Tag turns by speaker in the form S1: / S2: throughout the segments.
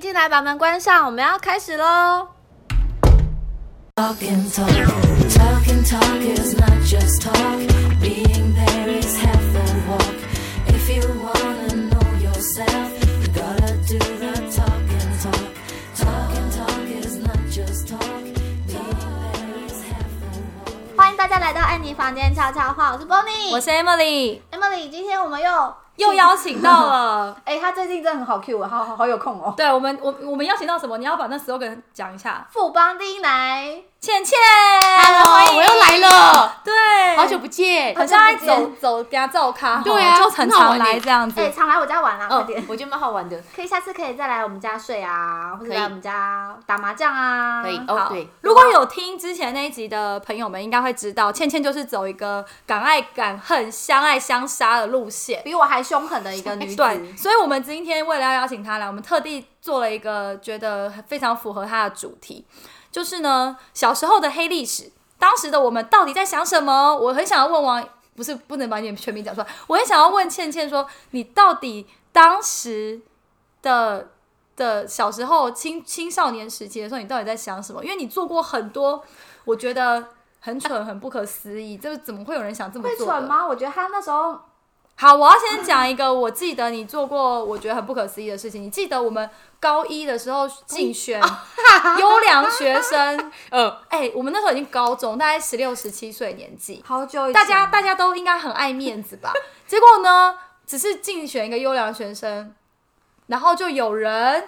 S1: 进来，把门关上，我们要开始喽。
S2: Talking, talk, talking, talk is not just talk. Being there is half the walk. If you wanna know yourself, you gotta do the talking, talk. Talking, talk is not just talk. Being there is half the walk.
S1: 欢迎大家来到安妮房间悄悄话，我是 Bonnie，
S3: 我是 Emily，
S1: Emily。今天我们又
S3: 又邀请到了。
S1: 哎、她最近真的很好 Q 啊，好好好有空哦。
S3: 对我们，我我们邀请到什么？你要把那 slogan 讲一下。
S1: 富邦丁来，
S3: 倩倩
S4: Hello，
S3: 欢迎
S4: 哦我又来了，
S3: 对，
S4: 好久不见。
S3: 很像在
S1: 好久
S3: 走
S1: 不
S3: 走等下照咖，
S4: 对啊
S3: 就很常来这样子
S1: 哎、。常来我家玩啦、快点。
S4: 嗯我觉得蛮好玩的，
S1: 可以下次可以再来我们家睡 啊，或者
S4: 可以
S1: 来我们家打麻将啊。
S4: 可以
S1: 好
S4: 哦
S3: 好。
S4: 对，
S3: 如果有听之前那一集的朋友们，应该会知道，倩倩就是走一个敢爱敢恨、相爱相杀的路线。
S1: 比我还凶狠的一 个女子。
S3: 对，所以我们今天为了要邀请她来，我们特地做了一个觉得非常符合她的主题，就是呢，小时候的黑历史，当时的我们到底在想什么？我很想要问王，不是不能把你的全名讲出来，我很想要问倩倩说，你到底当时的的小时候青青少年时期的时候，你到底在想什么？因为你做过很多，我觉得。很蠢，很不可思议，就是怎么会有人想这么
S1: 会
S3: 做的？
S1: 蠢吗？我觉得她那时候
S3: 好，我要先讲一个，我记得你做过我觉得很不可思议的事情。你记得我们高一的时候竞 选
S1: 哦
S3: 优良学生，
S4: 嗯，
S3: 哎、我们那时候已经高中，大概十六、十七岁年纪，
S1: 好久以前
S3: 大家大家都应该很爱面子吧？ 结果呢，只是竞选一个优良学生，然后就有人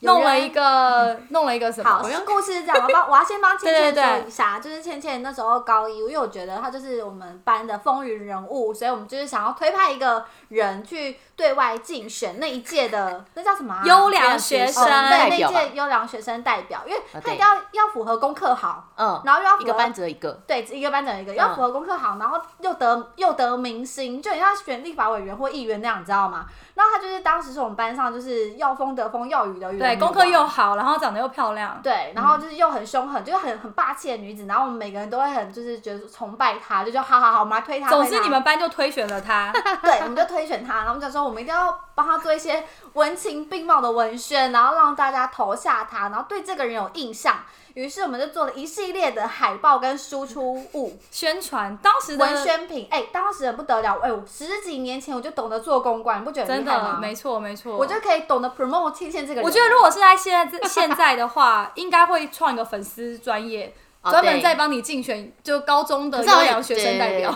S1: 有
S3: 弄
S1: 人
S3: 了一个弄了一个什么？
S1: 好，是故事是这样，我帮我要先帮倩倩
S3: 对对对
S1: 说一下，就是倩倩那时候高一，因为我觉得她就是我们班的风云人物，所以我们就是想要推派一个人去对外竞选那一届的，那叫什么啊、
S3: 优良学生
S1: 哦对，那
S4: 代
S1: 一
S4: 表吧
S1: 届优良学生代表，因为他
S4: 啊
S1: 一
S4: 对
S1: 定要要符合功课好，
S4: 嗯，
S1: 然后又要符合
S4: 一个班只有嗯一个，
S1: 对，一个班长一个，要符合功课好，然后又得又得明星，就很像选立法委员或议员那样，你知道吗？然后他就是当时是我们班上就是要风得风，要雨得雨的
S3: 对，
S1: 那种，
S3: 功课又好，然后长得又漂亮，
S1: 对，然后就是又很凶狠，就是很很霸气的女子，然后我们每个人都会很就是觉得崇拜她，就说好好好，我们来推她。
S3: 总
S1: 推
S3: 之
S1: 她
S3: 你们班就推选了他。
S1: 对，我们就推选她，然后我们就说我们一定要帮她做一些文情并茂的文宣，然后让大家投下她，然后对这个人有印象。于是我们就做了一系列的海报跟输出 物、
S3: 宣传，当时的
S1: 文宣品。哎、当时很不得了，哎、我十几年前我就懂得做公关，你不觉得很
S3: 真
S1: 厉害
S3: 的
S1: 吗？
S3: 没错没错，
S1: 我就可以懂得 promote 倩倩这个人。
S3: 我觉得如果是在现在 现在的话，应该会创一个粉丝专业，
S4: 哦
S3: 专门
S4: 对
S3: 在帮你竞选，就高中的
S4: 可是
S3: 优
S4: 我也
S3: 良学生代表，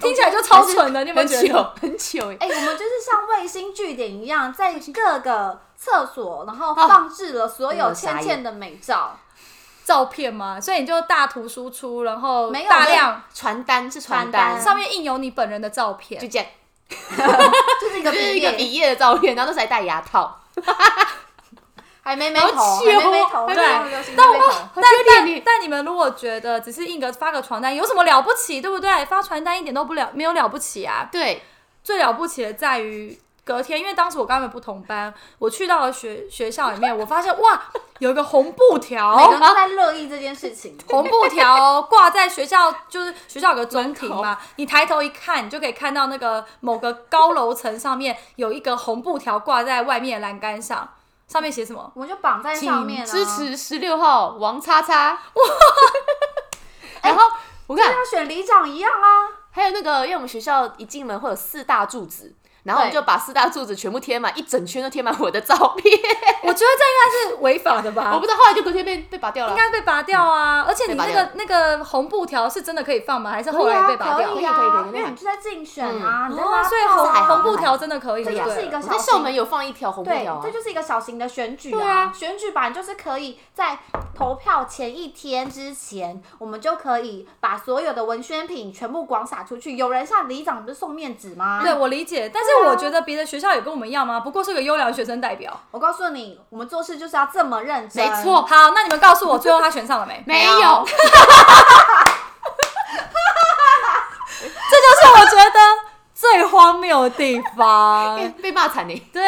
S3: 听
S4: 听
S3: 起来就超蠢的，你有没有
S4: 很
S3: 觉
S4: 久
S3: 得？
S4: 很久哎，
S1: 哎、我们就是像卫星据点一样，在各个厕所，然后放置了所有倩倩的美照。
S3: 照片嘛，所以你就大图输出，然后
S1: 没有
S3: 大量
S4: 传单是传
S1: 传
S4: 单，
S1: 单
S3: 上面印有你本人的照
S4: 就
S3: 片，
S4: 这样，
S1: 就是一
S4: 就
S1: 个
S4: 是
S1: 毕
S4: 一个
S1: 业，
S4: 毕业的照片，然后那时候还戴牙套，
S1: 还没没头，啊
S4: 好
S1: 还
S4: 糗哦
S1: 没没头，啊
S3: 对
S1: 但我
S3: 但
S4: 丢脸
S3: 但
S4: 耶
S3: 但你们如果觉得只是印个发个传单有什么了不起，对不对？发传单一点都不了，没有了不起啊。
S4: 对，
S3: 最了不起的在于隔天，因为当时我跟他们不同班，我去到了学学校里面，我发现哇，有一个红布
S1: 每个人
S3: 条，
S1: 都在热议这件事情。
S3: 红布条挂在学校，就是学校有个中庭嘛，你抬头一看，你就可以看到那个某个高楼层上面有一个红布条挂在外面的栏杆上，上面写什么？
S1: 我们就绑在上面
S4: 请
S1: 啊，
S4: 支持十六号王叉叉，哇，
S1: 哎
S4: 然
S1: 啊
S4: 后我看
S1: 要选里长一样啊。
S4: 还有那个，因为我们学校一进门会有四大柱子。然后我们
S1: 对
S4: 就把四大柱子全部贴满，一整圈都贴满我的照片。
S3: 我觉得这应该是违法的
S4: 我
S3: 吧
S4: 不。知道后来就隔天被被拔掉了
S3: 应。该被拔掉啊！而且你
S4: 被拔
S3: 那个那个红布条是真的可以放吗？还是后来被拔
S1: 可
S3: 掉？
S1: 以
S4: 可以可以
S1: 啊
S4: 可以，
S1: 因为你就在竞选啊，你在
S3: 哦，
S1: 拉
S3: 所以
S1: 票啊
S3: 红红布
S4: 还
S3: 条真的可以，
S1: 这
S3: 对
S1: 就
S3: 不
S1: 是
S3: 对
S1: 一个
S4: 我
S1: 小
S4: 在
S1: 型
S4: 校门有放一条红布
S1: 对
S4: 条，啊
S1: 这，就是一个小型的选举
S3: 对啊
S1: 选举版就是可以在投票前一天之前，我们就可以把所有的文宣品全部广撒出去。有人像里长不是送面纸吗？
S3: 对，，我理解，但是我觉得别的学校也跟我们一样吗？不过是个优良学生代表。
S1: 我告诉你，我们做事就是要这么认真。
S4: 没错哦
S3: 好，那你们告诉我，最后他选上了没？
S4: 没
S1: 没有
S4: 有，
S3: 这就是我觉得最荒谬的地 方。
S4: 被被骂惨呢。
S3: 对，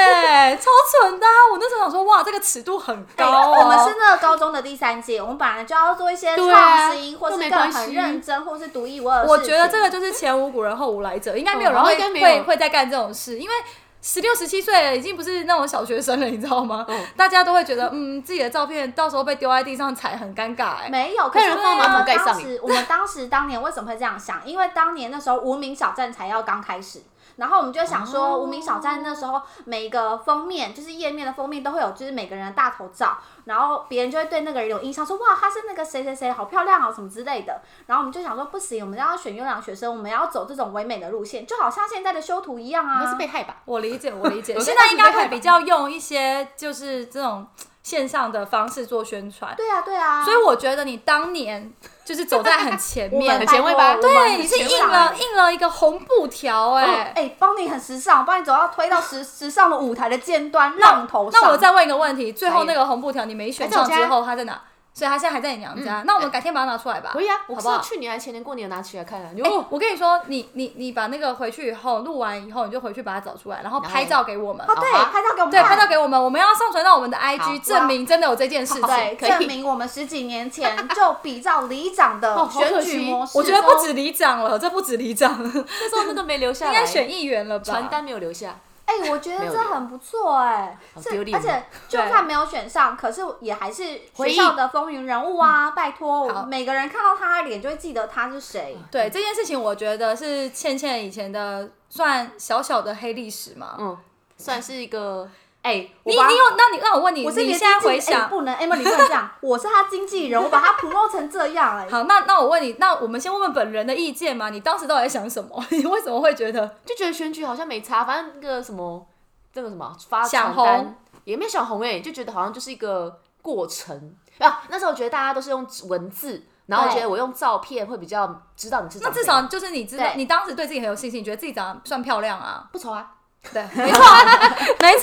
S3: 超蠢的啊、我那时候想说，哇，这个尺度很
S1: 哎
S3: 高、哦。
S1: 我们是那个高中的第三届，我们本来就要做一些
S4: 对啊
S1: 创新，或
S4: 那
S1: 是
S4: 没
S1: 更
S4: 关
S1: 很
S4: 系
S1: 认真，或是独一无二的
S3: 我
S1: 事
S3: 觉得
S1: 情啊
S3: 这个就是前无古人后无来者，应该没有人
S4: 嗯然后
S3: 会、
S4: 应该没有
S3: 会会再干这种事，因为十六、十七岁了，已经不是那种小学生了，你知道吗？
S4: 嗯
S3: 大家都会觉得，嗯，自己的照片到时候被丢在地上踩，很尴尬哎、
S1: 没有，可是
S4: 人放马桶盖上
S1: 当时我们当时当年为什么会这样想？因为当年那时候无名小站才要刚开始。然后我们就会想
S4: 哦
S1: 说，无名小站那时候每个封面，就是页面的封面都会有，就是每个人的大头照，然后别人就会对那个人有印象，说哇，她是那个谁谁谁，好漂亮啊，什么之类的。然后我们就想说，不行，我们要选优良学生，我们要走这种唯美的路线，就好像现在的修图一样啊。
S4: 应该是被害吧？
S3: 我理解，我理解，
S4: 我觉得
S3: 现在应该
S4: 当时
S3: 会
S4: 被
S3: 比较用一些就是这种线上的方式做宣传，
S1: 对啊，对啊。
S3: 所以我觉得你当年就是走在很 前
S1: 我们
S3: 面
S4: 很，前卫吧
S1: 拜托我
S3: 对，
S1: 们
S3: 你是
S1: 很前
S3: 印
S1: 卫啊
S3: 了印了一个红布条
S4: 哦
S3: 哎、
S1: 哎哎，帮、你很时尚，帮你走到 推到时时尚的舞台的尖端浪头上。
S3: 那我再问一个问题，最后那个红布条你没
S4: 哎
S3: 选上之后，它在哪？所以它现在还在你娘家。那我们改天把它拿出来吧。
S4: 嗯可以啊，
S3: 好
S4: 我不
S3: 不
S4: 是
S3: 好？
S4: 去年还前年过年拿起来看啊，你
S3: 哎、
S4: 就
S3: 我跟你说，你你你把那个回去以后录完以后，你就回去把它找出来，然后
S4: 然后
S3: 拍照给我们。
S1: 哦，对，
S4: 好啊
S1: 拍照给我们
S3: 对，
S1: 看
S3: 拍照给我们，我们要上传到我们的
S4: 好
S3: IG，证明真的有这件事情。
S1: 对，
S4: 可以
S1: 证明我们十几 年前就比照里长
S4: 哦
S1: 的
S4: 好可
S1: 选
S4: 惜
S1: 举模式。
S3: 我觉得不止里长了，这不止里长，应
S4: 那时候那个没留下来，
S3: 该选议员了吧？
S4: 传单没有留下，
S1: 哎、我觉
S4: 没
S1: 得
S4: 有
S1: 这
S4: 脸
S1: 很不错哎、
S4: 好
S1: 是
S4: 丢脸
S1: 而且就
S3: 对
S1: 算没有选上，可是也还是
S4: 回
S1: 学
S4: 忆
S1: 校的风云人物啊！拜托，
S3: 嗯好
S1: 我每个人看到他的脸就会记得他是谁。
S3: 对这件事情，我觉得是倩倩以前的算小小的黑历史嘛。
S4: 嗯，算是一个
S1: 哎、
S3: 你
S1: 我
S3: 你
S1: 把
S3: 有，那你让我问你，
S1: 我是
S3: 你
S1: 你的
S3: 现在
S1: 经纪
S3: 回
S1: 人哎
S3: 想，
S1: 不能 Emily 不能这样，我是他经纪人，我把他 promote 成这样哎、
S3: 好，那那我问你，那我们先问问本人的意见嘛？你当时到底在想什么？ 你为什么会觉得？
S4: 就觉得选举好像没差，反正那个什么那个什么发
S3: 想
S4: 传
S3: 红
S4: 单也没有想红哎、就觉得好像就是一个过程啊。那时候我觉得大家都是用文字，然后我
S1: 对
S4: 觉得我用照片会比较知道你是
S3: 那
S4: 长
S3: 至
S4: 怎样
S3: 少就是你知道，
S1: 对
S3: 你当时对自己很有信心，你觉得自己长得算漂亮啊？
S4: 不丑啊。
S3: 对，没错， 没错，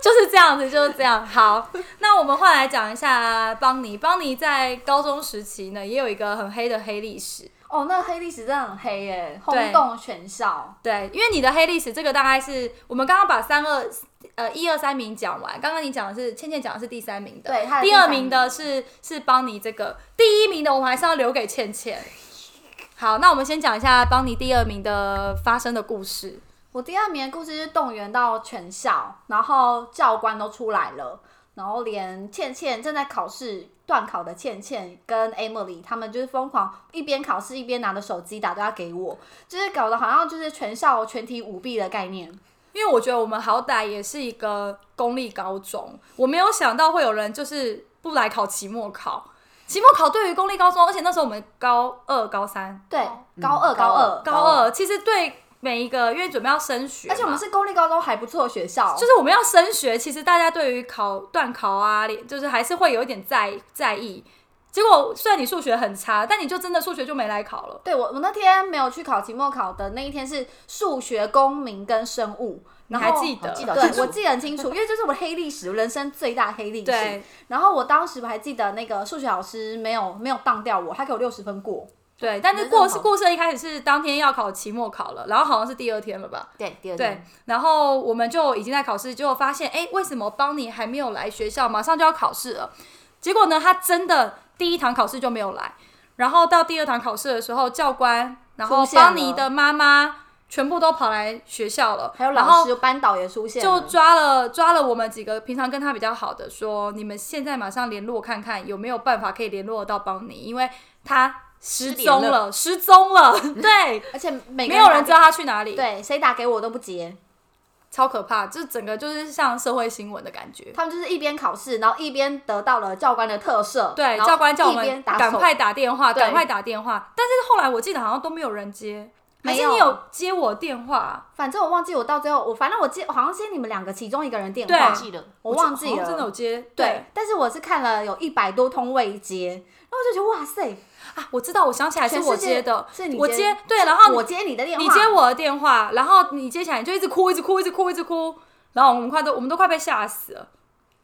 S3: 就是这样子，就是这样。好，那我们换来讲一下邦尼。邦尼在高中时期呢，也有一个很黑的黑历史。
S1: 哦，那个黑历史真的很黑哎、
S3: 对
S1: 轰动全校。
S3: 对，因为你的黑历史，这个大概是我们刚刚把三二呃一二三名讲完，刚刚你讲的是倩倩讲的是第三名的，
S1: 对，他的
S3: 第二
S1: 三
S3: 名的是是邦尼这个，第一名的我们还是要留给倩倩。好，那我们先讲一下邦尼第二名的发生的故事。
S1: 我第二名的故事是动员到全校，然后教官都出来了，然后连倩倩正在考试断考的倩倩跟 Emily 他们就是疯狂一边考试一边拿着手机打电话给我，就是搞得好像就是全校全体舞弊的概念。
S3: 因为我觉得我们好歹也是一个公立高中，我没有想到会有人就是不来考期末考。期末考对于公立高中，而且那时候我们高二、高三、
S1: 对，高二高二，
S3: 哦嗯高二，其实对每一个因为准备要升学嘛，
S1: 而且我们是公立高中还不错的学校，哦
S3: 就是我们要升学，其实大家对于考段考啊，连就是还是会有一点在在意。结果虽然你数学很差，但你就真的数学就没来考了。
S1: 对我，我那天没有去考期末考的那一天是数学、公民跟生物，
S3: 你
S1: 然
S3: 还
S1: 后
S3: 哦记得？
S4: 好记得好
S1: 对，我记得很清楚，因为这是我的黑历史，我人生最大黑历史。
S3: 对
S1: 然后我当时我还记得那个数学老师没有没有当掉我，他给我六十分过。
S3: 对，但是
S4: 那
S3: 过
S4: 这
S3: 是
S4: 么好
S3: 过社一开始是当天要考期末考了，然后好像是第二天了吧？
S4: 对，第二
S3: 对
S4: 天，，
S3: 然后我们就已经在考试，结果发现，哎，为什么邦尼还没有来学校？马上就要考试了。结果呢，他真的第一堂考试就没有来，然后到第二堂考试的时候，教官，然后
S1: 出现了
S3: 邦尼的妈妈全部都跑来学校了，
S1: 还有
S3: 然后
S1: 老师班导也出现
S3: 就
S1: 了，
S3: 抓了抓了我们几个平常跟他比较好的，说你们现在马上联络看看有没有办法可以联络到邦尼，因为他失踪
S4: 联
S3: 了，失踪了， 对，
S1: 而且每个
S3: 没有人知道
S1: 打
S3: 他去哪里，
S1: 给，对，谁打给我都不接。
S3: 超可怕，就整个就是像社会新闻的感觉。
S1: 他们就是一边考试，然后一边得到了教官的特赦，
S3: 对，
S1: 然后
S3: 教官叫我
S1: 一边
S3: 们
S1: 打
S3: 赶
S1: 手
S3: 快打电话，
S1: 对
S3: 赶快打电话。但是后来我记得好像都没有人接，还是
S1: 没有
S3: 你有接我电话啊？
S1: 反正我忘记我到最后，我反正我接好像接你们两个其中一个人电
S3: 对
S1: 话
S4: 忘，记了。
S1: 我
S3: 就
S1: 忘记
S3: 好
S1: 了，
S3: 像真的有接。
S1: 对，但是我是看了有一百多通未接，然后我就觉得哇塞，
S3: 啊，我知道，我想起来是
S1: 全
S3: 我
S1: 世界
S3: 接的，
S1: 是你
S3: 我
S1: 接
S3: 接对，然后
S1: 我
S3: 你
S1: 接你的电话，
S3: 你接我的电话，然后你接起来你就一直哭，一直哭，一直哭，一直哭，然后我们快都我们都快被吓死了。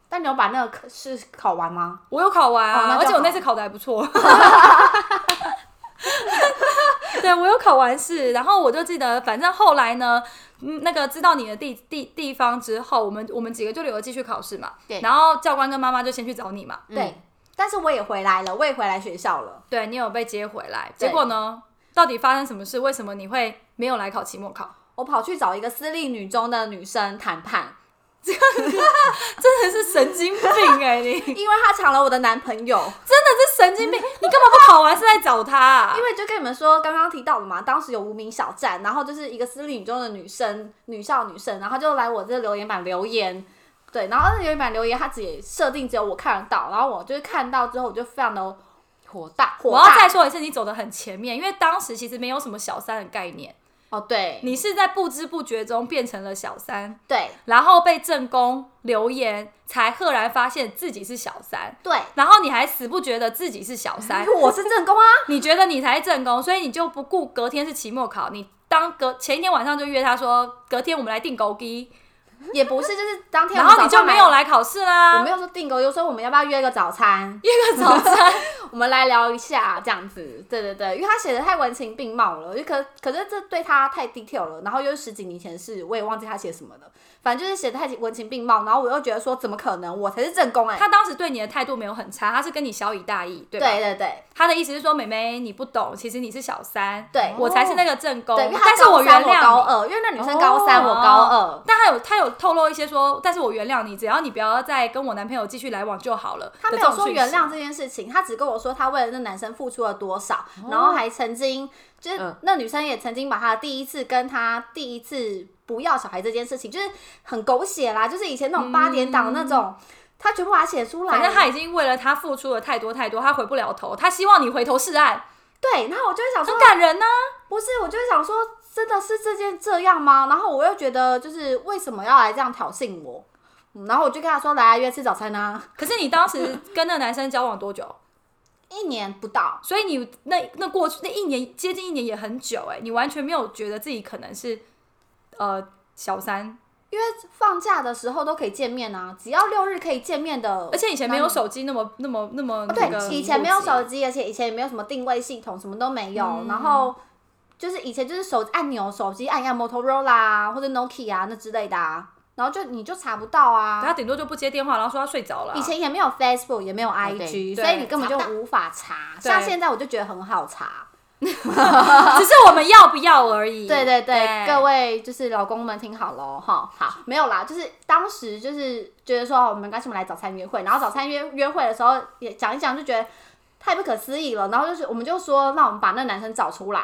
S1: 但你有把那个考试考完吗？
S3: 我有考完
S1: 哦
S3: 啊，
S1: 那就
S3: 而且我
S1: 好
S3: 那次考的还不错。 对，我有考完试，然后我就记得，反正后来呢，嗯，那个知道你的地地地方之后，我们我们几个就留了继续考试嘛。
S4: 对
S3: 然后教官跟妈妈就先去找你嘛。
S1: 对，但是我也回来了，我也回来学校了。
S3: 对你有被接回来，
S1: 对
S3: 结果呢，到底发生什么事？为什么你会没有来考期末考？
S1: 我跑去找一个私立女中的女生谈判，
S3: 真的是神经病哎、你真的
S1: 因为她抢了我的男朋友。
S3: 是神经病，你干嘛不考完是在找他、啊
S1: 因？为就跟你们说，刚刚提到的嘛，当时有无名小站，然后就是一个私立女中的女生，女校女生，然后她就来我这留言板留言，对，然后那留言板留言，她只也设定只有我看得到，然后我就是看到之后，我就非常的火大，火
S3: 我要再
S1: 大，
S3: 说一次，你走的很前面，因为当时其实没有什么小三的概念，
S1: 哦，对，
S3: 你是在不知不觉中变成了小三，
S1: 对，
S3: 然后被正宫留言，才赫然发现自己是小三，
S1: 对，
S3: 然后你还死不觉得自己是小三
S1: 因，为我是正宫啊，
S3: 你觉得你才是正宫，所以你就不顾隔天是期末考，你当隔前一天晚上就约他说，隔天我们来订狗鸡，
S1: 也不是，就是当天
S3: 然
S1: 我们
S3: 后你就
S1: 早上
S3: 没有，来考试啦。
S1: 我没有说订购，有时候我们要不要约个早餐，
S3: 约个早餐，
S1: 我们来聊一下这样子，对对对，因为他写的太文情并茂了，就可可是这对他太 detail 了，然后又是十几年前的事，我也忘记他写什么了，反正就是写的太文情并茂，然后我又觉得说怎么可能，我才是正宫哎、
S3: 他当时对你的态度没有很差，他是跟你小以大义，对吧？
S1: 对对对
S3: 他的意思是说，妹妹你不懂，其实你是小三，
S1: 对
S3: 我才是那个正宫，
S1: 对，因为
S3: 哦但
S1: 他
S3: 是
S1: 高
S3: 原
S1: 三我高
S3: 谅你。
S1: 二，因为那女生高三、
S3: 哦
S1: 我高二，
S3: 但他有他有透露一些说，但是我原谅你，只要你不要再跟我男朋友继续来往就好了。
S1: 他没
S3: 的这
S1: 有
S3: 种
S1: 说
S3: 讯
S1: 原
S3: 息
S1: 谅这件事情，他只跟我说他为了那男生付出了多少，
S3: 哦
S1: 然后还曾经就是、
S4: 嗯
S1: 那女生也曾经把她的第一次跟他第一次不要小孩这件事情，就是很狗血啦，就是以前那种八点档那种，他全部把它写出来。
S3: 嗯反正他已经为了他付出了太多太多，他回不了头，他希望你回头是岸，
S1: 对，然后我就会想说
S3: 很，感人呢、啊
S1: 不是，我就会想说，真的是这件这样吗？然后我又觉得就是为什么要来这样挑衅我？嗯然后我就跟他说，来啊约吃早餐啊，
S3: 可是你当时跟那个男生交往多久？
S1: 一年不到，
S3: 所以你那那过去那一年接近一年也很久哎、你完全没有觉得自己可能是呃小三，
S1: 因为放假的时候都可以见面啊，只要六日可以见面的，
S3: 而且以前没有
S1: 那你
S3: 手机那么那么那么
S1: 哦
S3: 那个、啊
S1: 对，以前没有手，机，而且以前也没有什么定位系统，什么都没有。然后就是以前就是手按钮，手机按一按 Motorola 啊或者 Nokia 啊那之类的啊，然后就你就查不到
S3: 他
S1: 啊。
S3: 顶多就不接电话，然后说他睡着了、
S1: 以前也没有 Facebook，也没有 IG，、
S4: 对
S1: 所以你根本就
S4: 查不
S1: 无法查。
S3: 对
S1: 像现在我就觉得很好查。
S3: 只是我们要不要而已。
S1: 对对对，各位就是老公们听好喽哈，好没有啦，就是当时就是觉得说哦，没关系，我们来早餐约会，然后早餐约约会的时候也讲一讲，就觉得太不可思议了，然后就是我们就说，那我们把那男生找出来。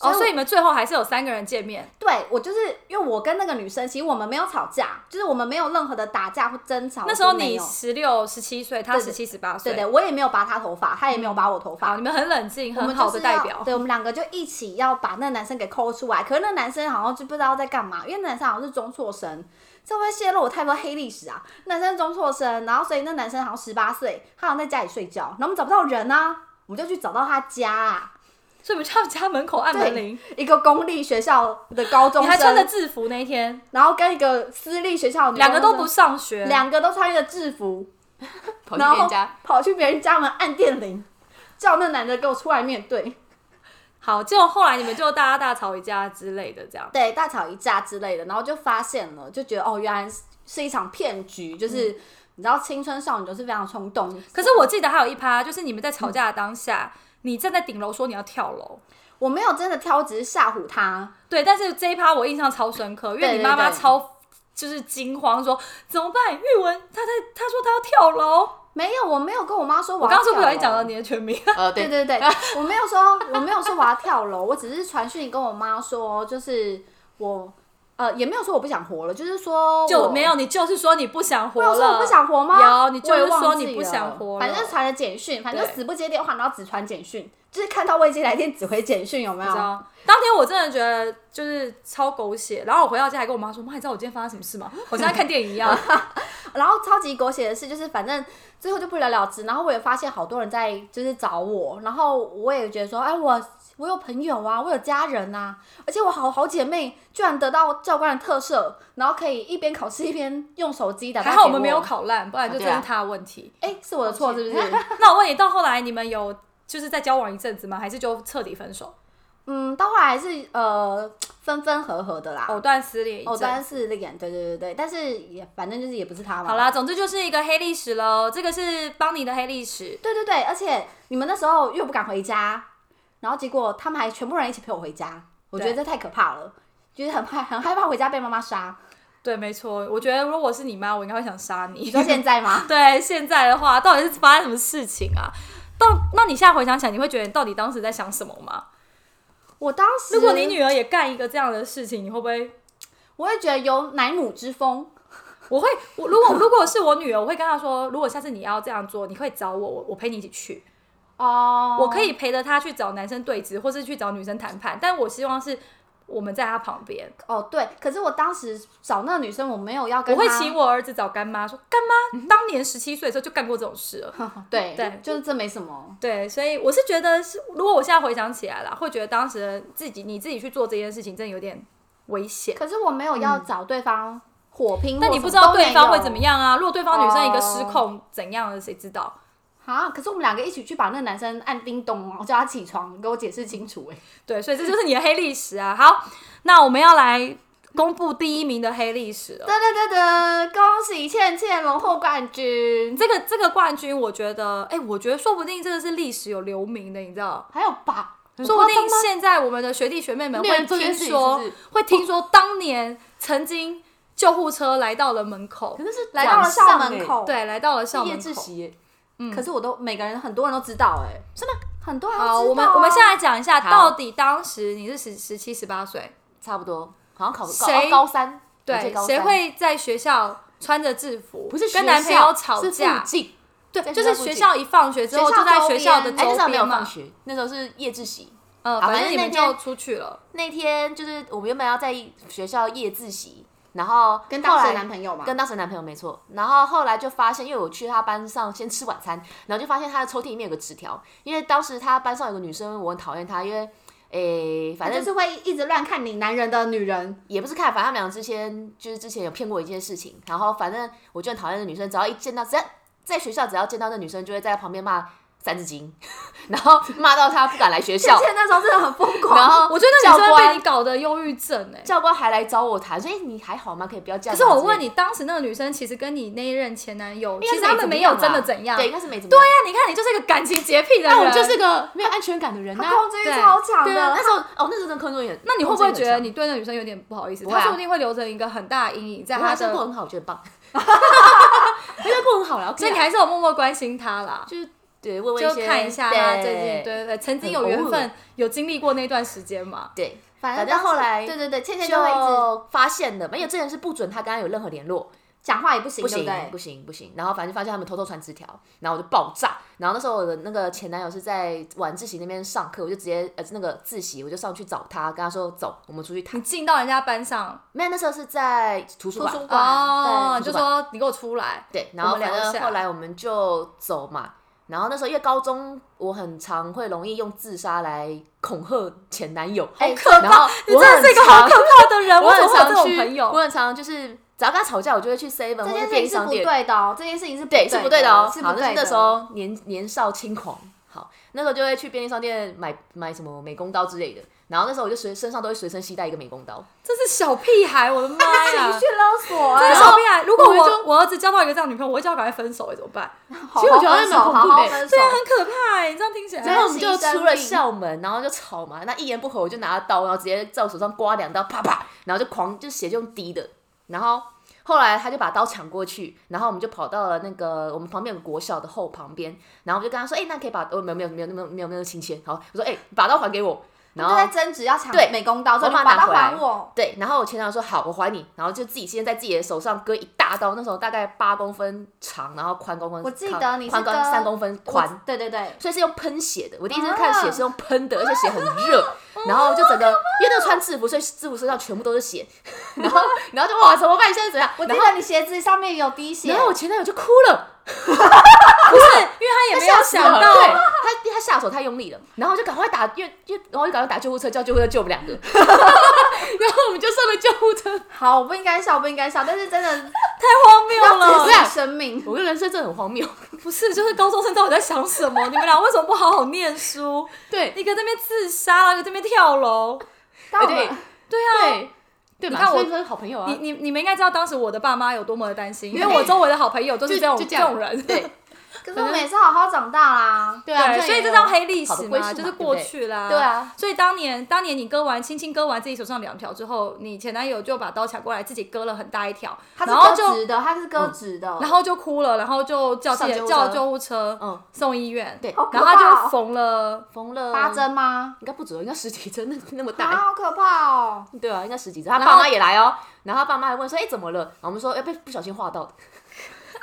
S3: 哦，
S1: 我
S3: 所以你们最后还是有三个人见面，
S1: 对我就是因为我跟那个女生，其实我们没有吵架，就是我们没有任何的打架或争吵。
S3: 那时候
S1: 都没
S3: 你
S1: 有
S3: 十六十七岁，他
S1: 对
S3: 十
S1: 对
S3: 七十八岁，
S1: 对对，我也没有拔她头发，她也
S3: 嗯
S1: 没有拔我头发
S3: 好，，你们很冷静，
S1: 我们
S3: 很好
S1: 就
S3: 的
S1: 是要
S3: 代表。
S1: 对，我们两个就一起要把那男生给抠出来。可是那男生好像就不知道在干嘛，因为那男生好像是中辍生，这会不会泄露我太多黑历史啊。男生中辍生，然后所以那男生好像十八岁，他好像在家里睡觉，然后我们找不到人啊，我们就去找到他家、啊，
S3: 所以我们就要家门口按门铃。
S1: 一个公立学校的高中
S3: 你还穿着
S1: 生，
S3: 制服那一天，
S1: 然后跟一个私立学校的女
S3: 两个
S1: 高
S3: 都
S1: 中
S3: 不
S1: 生，
S3: 上学，
S1: 两个都穿着制服，
S4: 跑去
S1: 然
S4: 别
S1: 后
S4: 人家，
S1: 跑去别人家门按电铃，叫那男的给我出来面对。
S3: 好，结果后来你们就大家大吵一架之类的，这样。
S1: 对，大吵一架之类的，然后就发现了，就觉得哦，原来是是一场骗局，就是、你知道青春少女都是非常冲动，
S3: 嗯可是我记得还有一趴，就是你们在吵架的当下，你站在顶楼说你要跳楼，
S1: 我没有真的挑，只是吓唬他，
S3: 对。但是这一趴我印象超深刻，因为
S1: 对
S3: 你妈妈
S1: 对对
S3: 超就是惊慌说怎么办？玉文她在她说她要跳楼，
S1: 没有，我没有跟我妈说我
S3: 我
S1: 要
S3: 刚刚是不小心
S1: 跳
S3: 讲
S1: 楼
S3: 到。你的全名，
S4: 呃，
S1: 对
S4: 对，
S1: 对对，我没有说，我没有说我 要跳楼，我只是传讯跟我妈说，就是我，呃，也没有说我不想活了，就是说
S3: 就
S1: 我
S3: 没有，你就是说你不想活
S1: 我有说我
S3: 了，
S1: 不想活吗？
S3: 有你就是
S1: 我也忘
S3: 说
S1: 记
S3: 你不想活了
S1: 了。反正传了简讯，反正
S3: 对
S1: 死不接电话，然后只传简讯，就是看到未接来电只回简讯，有没
S3: 你
S1: 有
S3: 知？道，当天我真的觉得就是超狗血，然后我回到家还跟我妈说：“妈，你知道我今天发生什么事吗？我像在看电影一 样。
S1: 然后超级狗血的事就是，反正最后就不了了之。然后我也发现好多人在就是找我，然后我也觉得说，哎，我我有朋友啊，我有家人啊，而且我好好姐妹居然得到教官的特赦，然后可以一边考试一边用手机”打。
S3: 还 好我们没有，考烂，不然就真是
S4: 啊对啊
S3: 他的问题。
S1: 哎，是我的错是不是？
S3: 那我问你，到后来你们有就是在交往一阵子吗？还是就彻底分手，
S1: 嗯，到后来还是呃分分合合的啦。哦
S3: 藕断丝连一
S1: 藕
S3: 阵？
S1: 断丝连，对对对对，但是也反正就是也不是他嘛。
S3: 好，啦，总之就是一个黑历史喽。这个是邦尼的黑历史，
S1: 对对对，而且你们那时候又不敢回家，然后结果他们还全部人一起陪我回家，我觉得
S3: 对
S1: 这太可怕了。 就是很害很害怕回家被妈妈杀。
S3: 对，没错，我觉得如果是你妈，我应该会想杀你。？
S1: 你说现在吗
S3: 对现在的话，到底是发生什么事情啊？到那你现在回想起来，你会觉得你到底当时在想什么吗？
S1: 我当时
S3: 如果你，女儿也干一个这样的事情，你会不会？
S1: 我会觉得有奶母之风。
S3: 我会，我如果如果是我女儿，我会跟她说，如果下次你要这样做，你可以找我，我我陪你一起去，
S1: 哦
S3: 我可以陪着她去找男生对峙，或是去找女生谈判，但我希望是我们在她旁边。
S1: 哦，对，可是我当时找那个女生，我没有要
S3: 我
S1: 跟她，嗯
S3: 会请我儿子找干妈说，干妈当年十七岁的时候就干过这种事了。
S1: 对
S3: 对
S1: 就是这没什么。
S3: 对，所以我是觉得是，如果我现在回想起来了，会觉得当时自己你自己去做这件事情，真的有点危险。
S1: 可是我没有要找对方火
S3: 嗯
S1: 拼，
S3: 但你不知道对方会怎么样啊？如果对方女生一个失
S1: 哦
S3: 控怎样的，谁知道？
S1: 啊？可是我们两个一起去把那个男生按叮咚哦，叫他起床，给我解释清楚哎、
S3: 对，所以这就是你的黑历史啊。好，那我们要来公布第一名的黑历史了。
S1: 噔噔噔噔，恭喜倩倩荣获冠军，
S3: 这个这个冠军，我觉得，哎、我觉得说不定这个是历史有留名的，你知道？
S1: 还有吧？
S3: 说不定
S1: 很夸张吗
S3: 现在我们的学弟学妹们
S4: 没有
S3: 会
S4: 人做这
S3: 听
S4: 件事情
S3: 说，
S4: 是不是
S3: 会听说当年曾经救护车来到了门口
S4: 可，是是
S1: 来到了
S4: 晚上
S1: 校
S4: 欸
S1: 门，口，，
S3: 对，来到了校
S4: 叶
S3: 门
S4: 志
S3: 口。
S4: 喜欸，
S1: 可是我都每个人很多人都知道哎、是吗？很多人都知道啊、
S3: 好，我们我们现在讲一下，
S4: 好
S3: 到底当时你是十十七、十八岁，
S4: 差不多，好像考高
S3: 谁
S4: 哦高三，我记
S3: 对
S4: 得，高
S3: 谁
S4: 三
S3: 会在学校穿着制服，
S4: 不是
S3: 跟
S4: 学
S3: 男朋
S4: 校
S3: 友吵
S4: 是
S3: 架
S4: 附？近，
S3: 对，
S4: 在
S3: 就是
S4: 学校附
S3: 学
S4: 近
S3: 校一放学之后
S1: 学
S3: 就
S1: 校
S3: 在
S1: 周
S3: 学
S1: 边
S3: 校的
S1: 哎
S4: 哎，那
S3: 周
S4: 时候没有
S3: 边
S4: 放
S3: 嘛。
S4: 学，那时候是夜自习。
S3: 呃，
S4: 好
S3: 反
S4: 反
S3: 正
S4: 正
S3: 你们
S4: 那哦
S3: 就
S4: 天
S3: 出去了。
S4: 那天就是我们原本要在学校夜自习，然后
S1: 跟
S4: 后
S1: 当时
S4: 来
S1: 的男朋友嘛，
S4: 跟当时的男朋友没错，然后后来就发现，因为我去他班上先吃晚餐，然后就发现他的抽屉里面有个纸条，因为当时他班上有个女生，我很讨厌她，因为诶，反
S1: 反
S4: 正
S1: 正就是会一直乱看你男人的女人，
S4: 也不是看，反正他们俩之前就是之前有骗过一件事情，然后反正我就很讨厌那女生，只要一见到，只要在学校只要见到那女生，就会在旁边骂三字经， 然后骂到她不敢来学
S1: 倩
S4: 校，
S1: 倩那时候真的很疯狂，
S4: 然后
S3: 我觉得女
S4: 教
S3: 生
S4: 官
S3: 被你搞得忧郁症哎。
S4: 教官还来找我谈，所以你还好吗？可以不要这
S3: 可
S4: 样吗。
S3: 是我问
S4: 之类
S3: 你，当时那个女生其实跟你那一任前男友，
S4: 的，
S3: 其实他们没有真的怎样。
S4: 对，
S3: 对啊呀，
S4: 应该是没怎么样。啊
S3: 你看你就是一个感情洁癖的人。
S4: 但我就是个没有安全感的人呐、
S1: 他控制欲
S3: 对
S1: 超强
S3: 啊对啊
S1: 的
S4: 那，时候哦，那时候真的空中眼，
S3: 那你会不会觉得
S4: 你？
S3: 你对那女生有点不好意思？
S4: 不会
S3: 她
S4: 啊
S3: 说不定会留着一个很大的阴影在
S4: 我
S3: 她
S4: 还是过
S3: 的，
S4: 很好，我觉 得棒， 我觉得过很好了。
S3: 所以你还是有默默关心她啦。
S4: 就是对问问
S3: 就
S4: 些
S3: 看一下她
S4: 对
S3: 最近，对对，曾经
S4: 很
S3: 有
S4: 偶
S3: 缘
S4: 尔
S3: 分，有经历过那段时间嘛？
S4: 对，
S1: 反
S4: 反
S1: 正
S4: 正
S1: 当时
S4: 后来
S1: 对对对，倩倩就会一直
S4: 就发现了，没有这人是不准他跟他有任何联络，
S1: 讲话也不行，
S4: 不
S1: 对
S4: 行
S1: 对
S4: 不？行不行。然后反正发现他们偷偷传纸条，然后我就爆炸。然后那时候我的那个前男友是在晚自习那边上课，我就直接呃那个自习我就上去找他，跟他说走，我们出去谈
S3: 你。进到人家班上
S4: 没有，那时候是在图书
S1: 图
S4: 馆，
S1: 书馆
S3: 哦，你
S4: 对
S3: 就说你给我出来，
S4: 对，然后
S3: 我们
S4: 反
S3: 聊一下
S4: 正后来我们就走嘛。然后那时候因为高中，我很常会容易用自杀来恐吓前男友，
S1: 好
S3: 可怕
S4: 然后
S3: 你
S4: 我
S3: 真的
S4: 很
S3: 是一个好
S4: 常
S3: 可怕的人，
S4: 我
S3: 怎
S4: 很
S3: 么会有这
S4: 常
S3: 种
S4: 去，
S3: 朋
S4: 我
S3: 友？
S4: 很常就是只要跟他吵架，我就会去 seven
S1: 这
S4: 或者
S1: 件事
S4: 便利
S1: 情是
S4: 商
S1: 不
S4: 店，
S1: 对的哦，这件事情是不
S4: 对，
S1: 是
S4: 是不对的哦。
S1: 是不
S4: 好，那
S1: 对
S4: 是
S1: 的。
S4: 那时候年年少轻狂，好，那时候就会去便利商店买买什么美工刀之类的。然后那时候我就随身上都会随身携带一个美工刀，
S3: 这是小屁孩，我的妈 呀！
S1: 情绪勒索
S3: 这
S1: 哎，
S3: 是小屁孩，如果
S4: 我们
S3: 我
S4: 就
S3: 我儿子交到一个这样的女朋友，我会叫他赶快分手，哎，怎么办？
S1: 好
S4: 其实我觉得
S1: 好分手
S4: 那蛮恐怖的
S1: 好好分手
S3: 对啊，很可怕，
S4: 欸
S3: 哎，你这样听起
S1: 真
S4: 然
S1: 的
S3: 来，
S4: 后我们就出
S1: 生病
S4: 了校门，然后就吵嘛。那一言不合我就拿刀，然后直接在我手上刮两刀，啪啪，然后就狂就血就用滴的。然后后来他就把刀抢过去，然后我们就跑到了那个我们旁边有个国小的后旁边，然后我就跟他说：“哎、那可以把……哦，没有没有没有没有没有没有亲签。”好，我说：“哎、你把刀还给我。”
S1: 他
S4: 然
S1: 们就在
S4: 后
S1: 争执要抢
S4: 对
S1: 美工刀，所以
S4: 我把
S1: 把
S4: 它拿
S1: 它
S4: 回来
S1: 还我。
S4: 对，然后我前男友说：“好，我还你。”然后就自己先在自己的手上割一大刀，那时候大概八公分长，然后宽公分，
S1: 我记得你是
S4: 宽宽
S1: 割
S4: 三公分宽
S1: 我，对对对，
S4: 所以是用喷血的。我第一次看
S1: 啊
S4: 血是用喷的，而且血很热，
S3: 啊
S4: 然后就整个，因为那个穿制服，所以制服身上全部都是血， 然后然后就哇怎么办？现在怎么样？
S1: 我记
S4: 然后
S1: 得你鞋子上面有滴血
S4: 然，后我前男友就哭了，
S3: 不是，因为他也没有想到，
S4: 对他他下手太用力了，然后就赶快打，因为因为然后就赶快打救护车，叫救护车救我们两个， 然后我们就上了救护车。
S1: 好，我不应该笑，不应该笑，但是真 的
S3: 太荒
S1: 要
S3: 谬
S1: 珍
S3: 了。
S1: 惜生命。
S4: 我的人生真的很荒谬，
S3: 不是，就是高中生到底在想什么？你们俩为什么不好好念书？
S4: 对
S3: 一个在那边自杀，一个在那边跳楼。
S1: 但我
S4: 哎对
S1: 们
S3: 对啊，
S4: 对对
S3: 你
S4: 吧？
S3: 看我
S4: 所以说好朋友啊
S3: 你，你你们应该知道当时我的爸妈有多么的担心，因为
S4: 对
S3: 我周围的好朋友都是
S4: 就
S3: 这种
S4: 就
S3: 这
S4: 样
S3: 种人。
S4: 对。
S1: 可是我们也是好好长大啦。
S4: 对啊
S3: 对，啊所以这叫黑历
S4: 好的
S3: 史
S4: 归
S3: 嘛，
S4: 宿
S3: 就是
S4: 嘛对不
S3: 过
S4: 对
S3: 去啦。
S4: 对啊，
S3: 所以当年当年你割完，轻轻割完自己手上两条之后，你前男友就把刀抢过来，自己割了很大一条，
S1: 他是
S3: 然后
S1: 割
S3: 就
S1: 直的，他是割直
S4: 嗯
S1: 的，
S3: 然后就哭了，然后就叫自己
S4: 上救护
S3: 叫
S4: 车
S3: 救护车，
S4: 嗯，
S3: 送医院，
S4: 对
S1: 好可
S3: 然后他
S1: 怕
S3: 就
S1: 哦
S3: 缝了，
S4: 缝了
S1: 八，针吗？
S4: 应该不止哦，应该十几针，那那么
S1: 啊，
S4: 大，
S1: 好可怕哦！
S4: 对啊，应该十几针。他
S3: 然后
S4: 爸妈也来哦，然后他爸妈还问说，哎，怎么了？然后我们说，哎，被不小心划到的。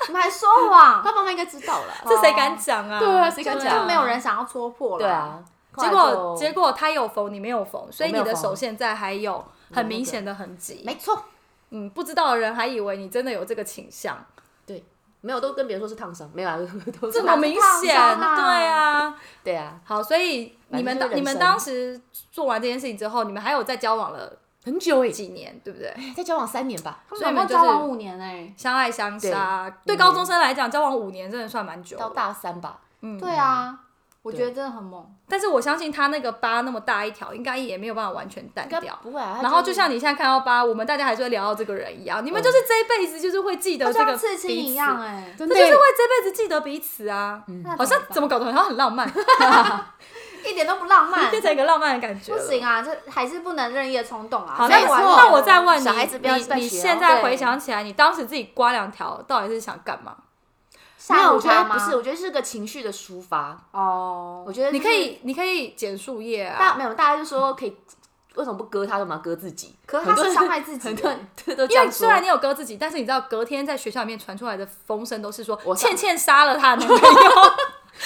S1: 你们还说谎 哦嗯
S4: 他，爸妈应该知道了，
S3: 这谁敢讲啊？
S4: 对啊谁敢
S1: 就
S4: 讲
S1: 就没有人想要戳破了。
S4: 对，啊。哦
S3: 结
S4: 后来就
S3: 果结果他有缝，你没有缝，嗯所以你
S4: 没有
S3: 的
S4: 缝
S3: 手现在还有很
S4: 那
S3: 明
S4: 个
S3: 显的痕迹。
S4: 没错，
S3: 嗯，不知道的人还以为你真的有这个倾向，
S4: 没有都跟别人说是烫伤，没有啊，都是
S3: 这么明显，
S1: 烫伤啊
S3: 对啊。
S4: 对啊，
S3: 好，所以你们
S4: 反正就是
S3: 当你们
S4: 人生
S3: 当时做完这件事情之后，你们还有再交往了
S4: 很久诶，
S3: 几年，对不对？
S4: 在交往三年吧，
S1: 他
S3: 所以
S1: 们
S3: 你们
S1: 总共
S3: 就
S1: 交往
S3: 是
S1: 五年哎。
S3: 相爱相杀。对
S4: 对
S3: 高中生来讲，交往五年真的算蛮久
S4: 到
S3: 了。
S4: 大三吧，
S1: 对啊，我觉得真的很猛。
S3: 但是我相信他那个疤那么大一条，应该也没有办法完全淡
S4: 应该
S3: 掉。
S4: 不会啊。他
S3: 然后
S4: 是
S3: 就像你现在看到疤，我们大家还是会聊到这个人一样，你们就是这一辈子就是会记得
S1: 就
S3: 这
S1: 像
S3: 个
S1: 刺青
S3: 彼此
S1: 一样哎、
S4: 真
S3: 这
S4: 的
S3: 就是
S4: 耶
S3: 会这辈子记得彼此啊。
S1: 那
S3: 好像
S1: 办
S3: 怎么搞得好像很浪漫，
S1: 一点都不浪 漫，
S3: 变成一个浪漫的感觉
S1: 不
S3: 了。
S1: 行啊，这还是不能任意的冲动啊。
S3: 好，那
S1: 再
S4: 没
S1: 玩
S4: 错
S1: 弄
S3: 那我再问你，
S4: 小孩子不要
S3: 你
S4: 乱
S3: 你
S4: 学哦
S3: 现在
S1: 对
S3: 回想起来，你当时自己刮两条，到底是想干嘛？
S4: 没
S1: 吓
S4: 有，
S1: 唬
S4: 我觉得
S1: 他吗？
S4: 不是，我觉得是个情绪的抒发。
S1: 哦
S4: 我，觉得
S3: 你
S4: 呃就
S3: 可
S4: 是
S3: 以，你可以剪树叶
S4: 大
S3: 啊，
S4: 没有，大家就说可以，为什么不割他干嘛割自己？
S1: 可是他
S4: 很多
S1: 是
S4: 人
S1: 伤害自己
S4: 很
S1: 的
S4: 多人 都都这
S3: 因为
S4: 样
S3: 虽
S4: 说。
S3: 然你有割自己，但是你知道隔天在学校里面传出来的风声都是说
S4: 我
S3: 倩倩杀了她 的男朋友。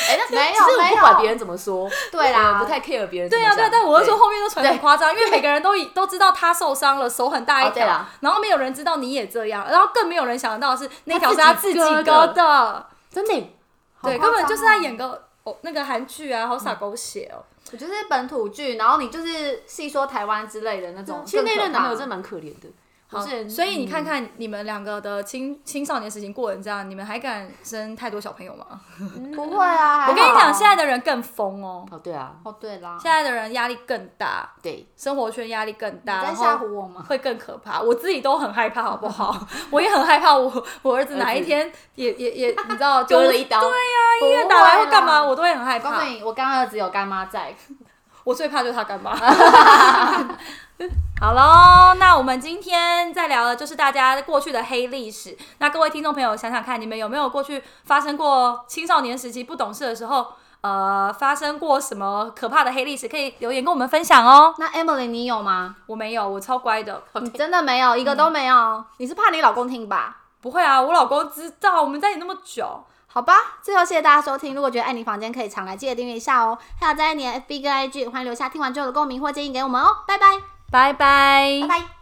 S4: 哎，那
S1: 没有
S4: 其实我
S1: 没
S4: 不
S1: 有
S4: 管别人怎么说，
S1: 对啦
S4: 我不太 care 别人怎
S3: 对
S4: 么讲。
S3: 啊，对啊，但我是说
S4: 对
S3: 后面都传得很夸张，因为每个人都以都知道她受伤了，手很大一
S4: 哦对
S3: 条
S4: 啦，
S3: 然后没有人知道你也这样，然后更没有人想到的是那条是她
S4: 她
S3: 自己
S4: 自己
S3: 割
S4: 割的
S3: 的，
S4: 真的，
S3: 对，
S1: 夸
S3: 根
S1: 张
S3: 本就是在演个哦那个韩剧啊，好
S4: 嗯
S3: 洒狗血哦。
S1: 我觉得是本土剧，然后你就是细说台湾之类的那啊种。
S4: 嗯其实那
S1: 更可
S4: 任男朋友
S1: 怕
S4: 真的蛮可怜的。
S3: 好，
S4: 我之前
S3: 哦所以你看看你们两个的青青少年时期过成这样，你们还敢生太多小朋友吗？
S1: 不会啊，
S3: 我跟你讲，现
S1: 在
S3: 在的人更疯哦，
S4: 哦，对啊，
S1: 哦对啦，
S3: 现在的人压力更大，
S4: 对，
S3: 生活圈压力更大，
S1: 你在
S3: 然
S1: 吓
S3: 后
S1: 唬我吗？
S3: 会更可怕。我自己都很害怕，好不好？ 我也很害怕我，我儿子哪一天也也也，你知 道，就
S4: 割了
S3: 是
S4: 一刀，哦
S1: 不
S3: 医
S1: 会
S3: 院打来会干嘛，
S1: 啦
S3: 我都会很害
S1: 我告
S3: 怕
S1: 诉。你，我干儿子有干妈在，
S3: 我最怕就是他干妈。 好喽，那我们今天在聊的就是大家过去的黑历史。那各位听众朋友，想想看，你们有没有过去发生过青少年时期不懂事的时候，呃，发生过什么可怕的黑历史？可以留言跟我们分享哦。
S1: 那 Emily 你有吗？
S3: 我没有，我超乖的，
S1: 你真的没有
S4: 嗯
S1: 一个都没有？你是怕你老公听吧？
S3: 不会啊，我老公知道我们在一起那么久。
S1: 好吧，最后谢谢大家收听。如果觉得爱你房间可以常来，记得订阅一下哦。还有在你的 FB 跟 IG，欢迎留下听完之后的共鸣或建议给我们哦。拜拜，
S3: 拜拜，
S1: 拜拜。